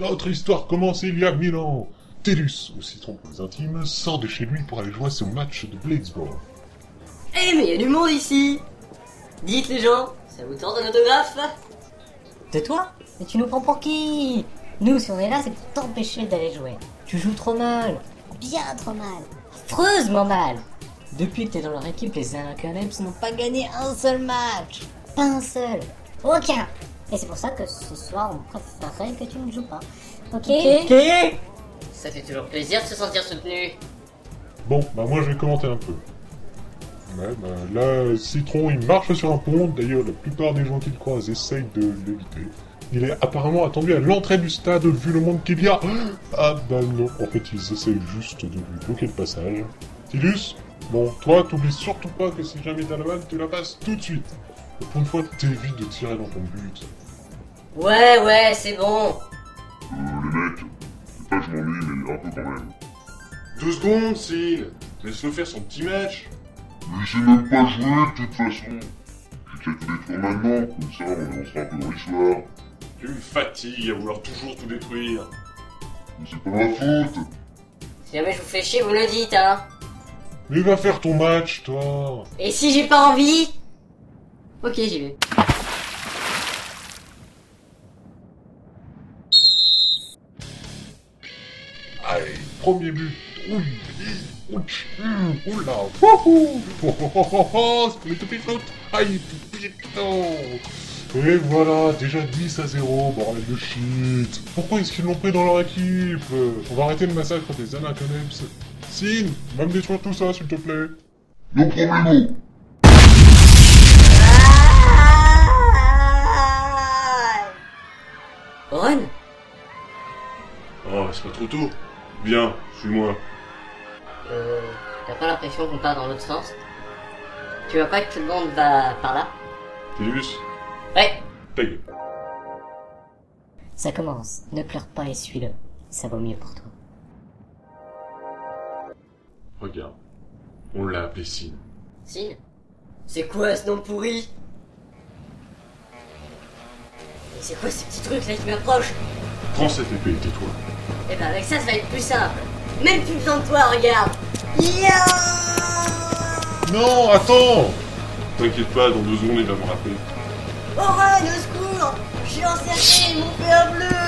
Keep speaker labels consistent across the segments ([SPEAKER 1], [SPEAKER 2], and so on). [SPEAKER 1] Notre histoire commence il y a mille ans. Tellus, aussi trop plus intime, sort de chez lui pour aller jouer son match de Bladesboro.
[SPEAKER 2] Eh mais il y a du monde ici Dites les gens, ça vous tente un autographe
[SPEAKER 3] Tais-toi
[SPEAKER 4] Mais tu nous prends pour qui Nous, si on est là, c'est pour t'empêcher d'aller jouer. Tu joues trop mal.
[SPEAKER 3] Bien trop mal.
[SPEAKER 4] Affreusement mal.
[SPEAKER 3] Depuis que t'es dans leur équipe, les Apocalypse n'ont pas gagné un seul match.
[SPEAKER 4] Pas un seul. Aucun. Et c'est pour ça que ce soir, on préférerait que tu ne joues pas. Ok
[SPEAKER 2] Ça fait toujours plaisir de se sentir soutenu.
[SPEAKER 1] Bon, bah moi je vais commenter un peu. Ouais, bah là, Citron, il marche sur un pont. D'ailleurs, la plupart des gens qu'il croise essayent de l'éviter. Il est apparemment attendu à l'entrée du stade vu le monde qu'il y a. Ah bah non, en fait, ils essayent juste de lui bloquer le passage. Tilus, bon, toi, t'oublies surtout pas que si jamais t'as la balle, tu la passes tout de suite. Et pour une fois, t'évites de tirer dans ton but.
[SPEAKER 2] Ouais, ouais, c'est bon.
[SPEAKER 5] Pas je m'ennuie, mais un peu quand même.
[SPEAKER 6] Deux secondes, Cyril Laisse-le faire son petit match
[SPEAKER 5] Mais j'ai même pas joué de toute façon. Je check les tours maintenant, comme ça on sera un peu dans l'histoire.
[SPEAKER 6] Tu me fatigues à vouloir toujours tout détruire.
[SPEAKER 5] Mais c'est pas ma faute.
[SPEAKER 2] Si jamais je vous fais chier, vous le dites, hein.
[SPEAKER 1] Mais va faire ton match, toi
[SPEAKER 2] Et si j'ai pas envie Ok, j'y vais.
[SPEAKER 1] Allez, premier but. Oui. Ouch. Hum, Oula. Wouhou. Oh, oh, oh, oh, oh, c'est pour les toupies flottes. Aïe, tout putain. Et voilà, déjà 10 à 0, bordel de shit. Pourquoi est-ce qu'ils l'ont pris dans leur équipe On va arrêter le massacre des Anaconeps. Sin, va me détruire tout ça, s'il te plaît.
[SPEAKER 5] Non problème.
[SPEAKER 2] Ah Ron
[SPEAKER 6] Oh, c'est pas trop tôt. Viens, suis-moi.
[SPEAKER 2] Euh. T'as pas l'impression qu'on part dans l'autre sens Tu vois pas que tout le monde va par là
[SPEAKER 6] Télus,
[SPEAKER 2] Ouais
[SPEAKER 6] paye.
[SPEAKER 4] Ça commence. Ne pleure pas et suis-le. Ça vaut mieux pour toi.
[SPEAKER 6] Regarde. On l'a appelé Sin.
[SPEAKER 2] Si C'est quoi ce nom pourri Mais c'est quoi ce petit truc là qui m'approche
[SPEAKER 6] Prends cette épée, tais-toi.
[SPEAKER 2] Et ben avec ça, ça va être plus simple. Même plus besoin de toi, regarde Yo
[SPEAKER 1] Non, attends
[SPEAKER 6] T'inquiète pas, dans deux secondes, il va me rappeler.
[SPEAKER 2] Oh Ron, au secours Je suis encerclé, mon père bleu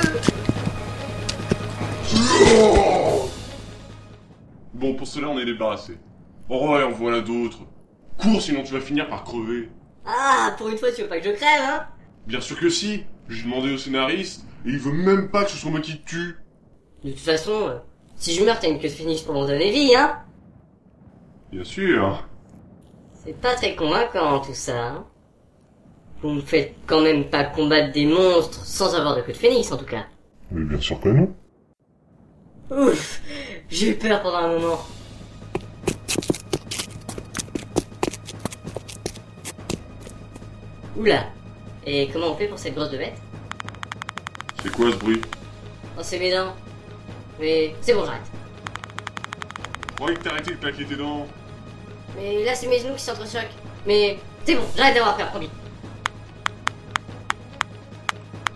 [SPEAKER 6] Bon, pour cela, on est débarrassé. Oh, et en voilà d'autres. Cours, sinon tu vas finir par crever.
[SPEAKER 2] Ah, pour une fois, tu veux pas que je crève, hein
[SPEAKER 6] Bien sûr que si. J'ai demandé au scénariste, et il veut même pas que ce soit moi qui te tue.
[SPEAKER 2] De toute façon, euh, si je meurs, t'as une queue de phoenix pour m'en donner vie, hein
[SPEAKER 6] Bien sûr.
[SPEAKER 2] C'est pas très convaincant tout ça, hein Vous me faites quand même pas combattre des monstres sans avoir de queue de phoenix en tout cas.
[SPEAKER 1] Mais bien sûr que non.
[SPEAKER 2] Ouf J'ai eu peur pendant un moment. Oula Et comment on fait pour cette grosse de bête
[SPEAKER 6] C'est quoi ce bruit
[SPEAKER 2] Oh c'est mes dents. Mais c'est bon j'arrête.
[SPEAKER 6] Je croyais que t'arrêtais de claquer tes dents.
[SPEAKER 2] Mais là c'est mes genoux qui s'entrechoquent. Mais c'est bon, j'arrête d'avoir peur, promis.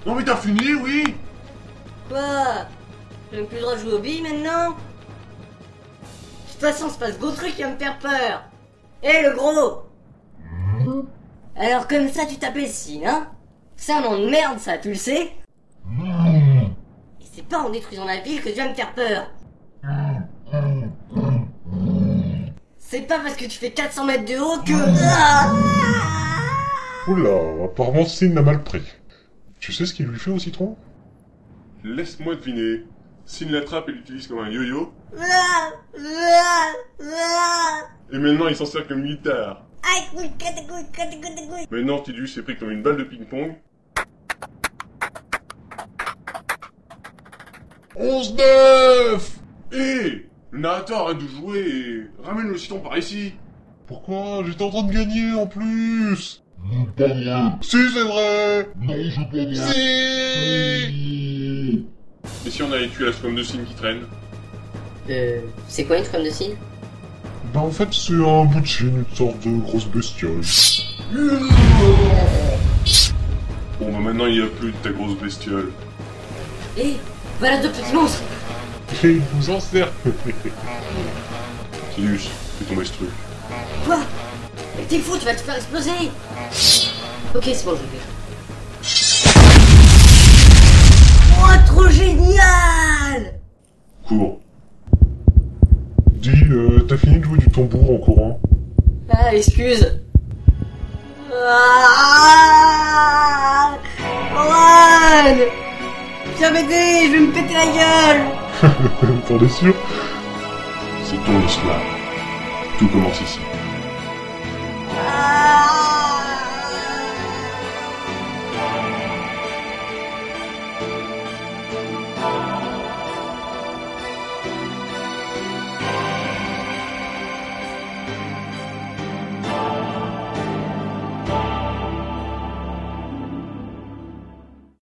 [SPEAKER 6] Non mais t'as fini, oui
[SPEAKER 2] Quoi J'ai même plus le droit de jouer aux billes maintenant De toute façon, c'est pas ce gros truc qui va me faire peur Hé le gros Alors comme ça, tu t'appelles Cine, hein C'est un nom de merde, ça, tu le sais Et c'est pas en détruisant la ville que tu vas me faire peur C'est pas parce que tu fais 400 mètres de haut que... Ah
[SPEAKER 1] Oula, apparemment Sin l'a mal pris. Tu sais ce qu'il lui fait au citron
[SPEAKER 6] Laisse-moi deviner. S'il l'attrape et l'utilise comme un yo-yo,
[SPEAKER 2] Ah Ah Ah
[SPEAKER 6] et maintenant il s'en sert comme une guitare.
[SPEAKER 2] Aïe, couille, quatre couilles, quatre couilles, quatre couilles.
[SPEAKER 6] Maintenant Tidus est pris comme une balle de ping-pong.
[SPEAKER 1] 11-9
[SPEAKER 6] Hé Le narrateur arrête de jouer et ramène le citon par ici
[SPEAKER 1] Pourquoi J'étais en train de gagner en plus
[SPEAKER 5] Non, pas vrai.
[SPEAKER 1] Si, c'est vrai
[SPEAKER 5] Non, c'est pas vrai.
[SPEAKER 1] Si
[SPEAKER 6] Et si on allait tuer la somme de signe qui traîne
[SPEAKER 2] Euh, c'est quoi une femme de signe
[SPEAKER 1] Bah, en fait, c'est un bout de chine, une sorte de grosse bestiole.
[SPEAKER 6] Bon bah maintenant il y a plus de ta grosse bestiole.
[SPEAKER 2] Hé, Eh, Voilà deux petits monstres
[SPEAKER 1] Et il vous encercle.
[SPEAKER 6] Sirius, fais tomber ce truc.
[SPEAKER 2] Quoi Mais t'es fou, tu vas te faire exploser Ok, c'est bon, je vais. Oh, trop génial
[SPEAKER 6] Cours.
[SPEAKER 1] Dis, euh, t'as fini de jouer du tambour en courant
[SPEAKER 2] Ah, excuse. Ah Juan Viens m'aider, je vais me péter la gueule
[SPEAKER 1] T'en es sûr
[SPEAKER 6] C'est ton histoire. Tout commence ici.
[SPEAKER 2] Ah.